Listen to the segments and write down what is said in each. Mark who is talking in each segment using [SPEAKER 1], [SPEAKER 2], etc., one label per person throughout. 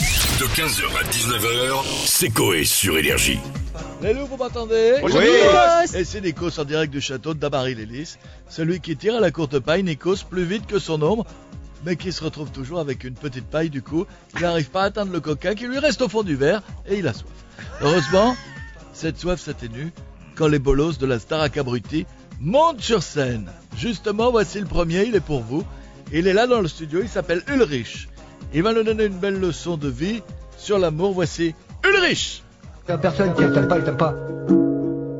[SPEAKER 1] De 15h à 19h, c'est Coé sur Énergie.
[SPEAKER 2] Les loups, vous m'entendez
[SPEAKER 3] Bonjour,
[SPEAKER 4] Oui.
[SPEAKER 3] Nikos.
[SPEAKER 2] Et c'est Nikos en direct du château de Damary-Lélis. Celui qui tire à la courte paille, Nikos, plus vite que son ombre, mais qui se retrouve toujours avec une petite paille du coup. Il n'arrive pas à atteindre le coquin qui lui reste au fond du verre et il a soif. Heureusement, cette soif s'atténue quand les bolos de la Starac Abruti montent sur scène. Justement, voici le premier, il est pour vous. Il est là dans le studio, il s'appelle Ulrich. Il va nous donner une belle leçon de vie sur l'amour. Voici Ulrich
[SPEAKER 5] La personne qui t'aime pas, elle t'aime pas.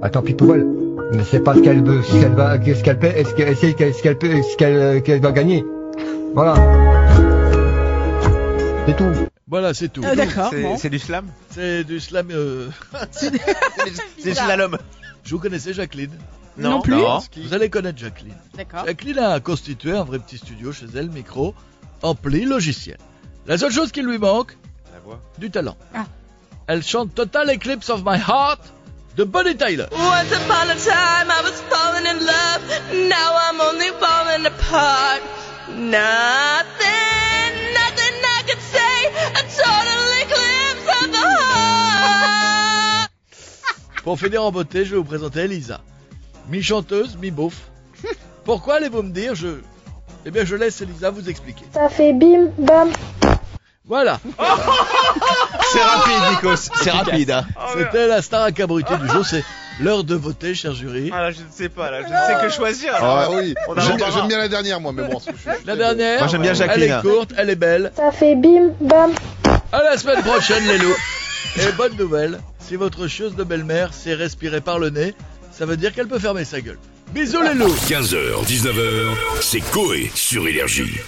[SPEAKER 5] Ah tant pis pour elle. Mais c'est pas ce qu'elle veut, ce qu'elle va, ce qu'elle paie, ce qu'elle essaie, ce qu'elle peut, ce qu'elle euh, qu'elle va gagner. Voilà. C'est tout.
[SPEAKER 2] Voilà, c'est tout.
[SPEAKER 3] Ah, D'accord,
[SPEAKER 4] C'est-
[SPEAKER 3] bon.
[SPEAKER 4] C'est du slam
[SPEAKER 2] C'est du slam. euh,
[SPEAKER 4] C'est du slalom
[SPEAKER 2] Je vous connaissez Jacqueline.
[SPEAKER 3] Non plus.
[SPEAKER 2] Vous allez connaître Jacqueline.
[SPEAKER 4] Ah.
[SPEAKER 3] D'accord.
[SPEAKER 2] Jacqueline a constitué un vrai petit studio chez elle, micro, ampli, logiciel. La seule chose qui lui manque,
[SPEAKER 4] La voix.
[SPEAKER 2] du talent.
[SPEAKER 3] Ah.
[SPEAKER 2] Elle chante Total Eclipse of My Heart de Bonnie Tyler.
[SPEAKER 6] Once upon a time I was falling in love, now I'm only falling apart. Nothing, nothing I could say, a total eclipse of the heart.
[SPEAKER 2] Pour finir en beauté, je vais vous présenter Elisa. Mi-chanteuse, mi-bouffe. Pourquoi allez-vous me dire je... Eh bien, je laisse Elisa vous expliquer.
[SPEAKER 7] Ça fait bim, bam.
[SPEAKER 2] Voilà,
[SPEAKER 4] C'est rapide, Nikos. C'est rapide. hein.
[SPEAKER 2] c'était la star à cabruté du jour. C'est l'heure de voter, cher jury.
[SPEAKER 4] Ah là, je ne sais pas, là. Je ne sais que choisir.
[SPEAKER 8] Ah oui,
[SPEAKER 4] On a
[SPEAKER 8] j'aime bien,
[SPEAKER 4] l'embarras.
[SPEAKER 8] j'aime bien la dernière moi, mais bon. je- je- je-
[SPEAKER 2] La dernière,
[SPEAKER 4] Moi, j'aime bien
[SPEAKER 2] elle
[SPEAKER 4] Jacqueline. hein.
[SPEAKER 2] est courte, elle est belle.
[SPEAKER 7] Ça fait bim, bam.
[SPEAKER 2] À la semaine prochaine, les loups. Et bonne nouvelle, si votre chose de belle-mère s'est respirée par le nez, ça veut dire qu'elle peut fermer sa gueule. Bisous, les loups.
[SPEAKER 1] 15h, 19h, c'est Coé sur Énergie.